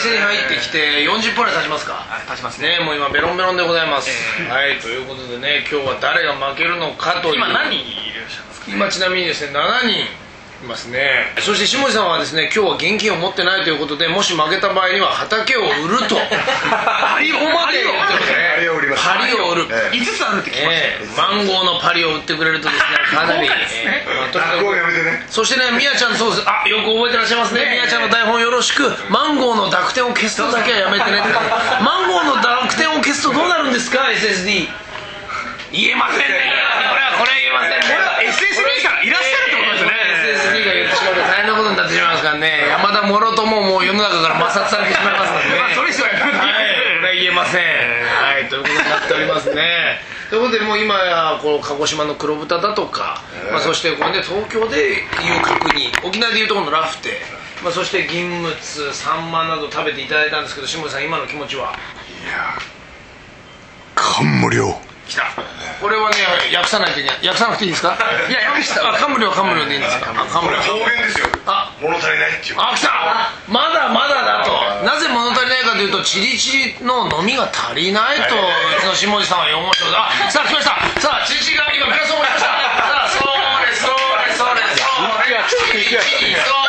来て40分ぐらい経ちますかあ立ちますねもう今ベロンベロンでございます、ええはいということでね今日は誰が負けるのかという今何人いらっしゃいますか今ちなみにですね7人いますねそして下地さんはですね今日は現金を持ってないということでもし負けた場合には畑を売ると 針をここまで言ってますね針を売ります針を売る、え5つあるって聞きましたええマンゴーのパリを売ってくれるとですねかなり、 豪華ですねええまあとにかく落語やめてねそしてね、みやちゃん、そうです。あ、よく覚えてらっしゃいますね。みやちゃんの台本よろしく。マンゴーの濁点を消すとだけはやめて ね。マンゴーの濁点を消すとどうなるんですか、SSD。言えませんね。これは、これは言えませんね。 SSD さんいらっしゃるってことですねえー SSD が言ってしまうと大変なことになってしまいますからね。山田諸とももう世の中から摩擦されてしまいますので ね。まあそれ以上はやめてはいこれは言えません。はい、ということになっておりますね。ということでもう今やこう鹿児島の黒豚だとか、まあ、そしてこれね東京でいう角煮沖縄でいうとこのラフテ、まあ、そして銀ムツサンマなど食べていただいたんですけど下地さん今の気持ちはいや感無量来たこれはね訳さないといけない訳さなくていいですかいや訳したあカムリはカムリでいいんですかあカムこリれは方言ですよあ物足りないっていうあ来たまだまだだとなぜ物足りないかというとチリチリの飲みが足りないとうちの下地さんは4文字であさあ来ましたさあチリチリが今グラスを持ちましたさあそれそれそれそれそれそれ